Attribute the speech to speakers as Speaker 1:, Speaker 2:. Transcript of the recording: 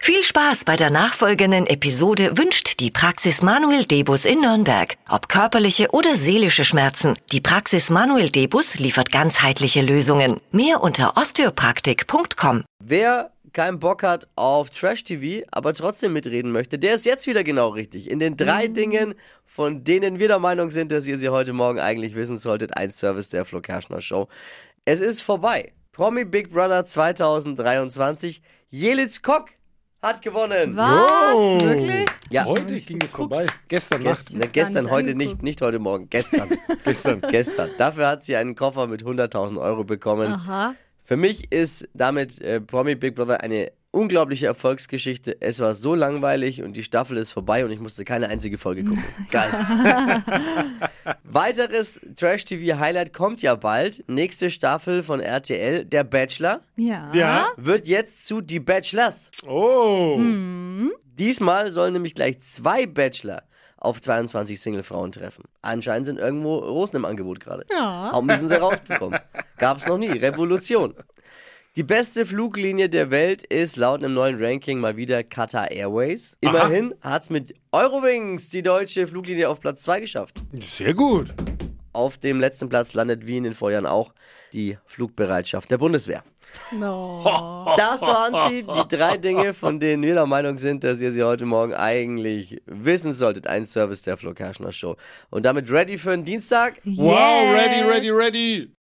Speaker 1: Viel Spaß bei der nachfolgenden Episode wünscht die Praxis Manuel Debus in Nürnberg. Ob körperliche oder seelische Schmerzen, die Praxis Manuel Debus liefert ganzheitliche Lösungen. Mehr unter osteopraktik.com.
Speaker 2: Wer keinen Bock hat auf Trash-TV, aber trotzdem mitreden möchte, der ist jetzt wieder genau richtig. In den drei
Speaker 3: Mhm.
Speaker 2: Dingen, von denen wir der Meinung sind, dass ihr sie heute Morgen eigentlich wissen solltet. Ein Service der Flo Kerschner Show. Es ist vorbei. Promi Big Brother 2023. Jelitz Kock hat gewonnen.
Speaker 3: Was?
Speaker 4: Wow.
Speaker 3: Wirklich?
Speaker 2: Ja,
Speaker 4: Heute ging es vorbei. Gestern
Speaker 2: Gest,
Speaker 4: Nacht.
Speaker 2: ne, gestern,
Speaker 3: nicht
Speaker 2: heute nicht,
Speaker 3: angeguckt.
Speaker 2: nicht heute Morgen, gestern.
Speaker 4: Gestern.
Speaker 2: gestern. Dafür hat sie einen Koffer mit 100.000 Euro bekommen.
Speaker 3: Aha.
Speaker 2: Für mich ist damit äh, Promi Big Brother eine unglaubliche Erfolgsgeschichte. Es war so langweilig und die Staffel ist vorbei und ich musste keine einzige Folge gucken. Geil. Weiteres Trash TV Highlight kommt ja bald. Nächste Staffel von RTL, Der Bachelor,
Speaker 3: Ja.
Speaker 4: Ja.
Speaker 2: wird jetzt zu Die Bachelors.
Speaker 4: Oh.
Speaker 2: Diesmal sollen nämlich gleich zwei Bachelor auf 22 Single-Frauen treffen. Anscheinend sind irgendwo Rosen im Angebot gerade.
Speaker 3: Ja.
Speaker 2: Auch müssen sie rausbekommen. Gab's noch nie. Revolution. Die beste Fluglinie der Welt ist laut einem neuen Ranking mal wieder Qatar Airways. Immerhin hat's mit Eurowings die deutsche Fluglinie auf Platz 2 geschafft.
Speaker 4: Sehr gut.
Speaker 2: Auf dem letzten Platz landet wie in den Vorjahren auch die Flugbereitschaft der Bundeswehr.
Speaker 3: No.
Speaker 2: Das waren sie, die drei Dinge, von denen wir der Meinung sind, dass ihr sie heute Morgen eigentlich wissen solltet. Ein Service der Flo Kerschner Show. Und damit ready für den Dienstag?
Speaker 4: Wow, ready, ready, ready.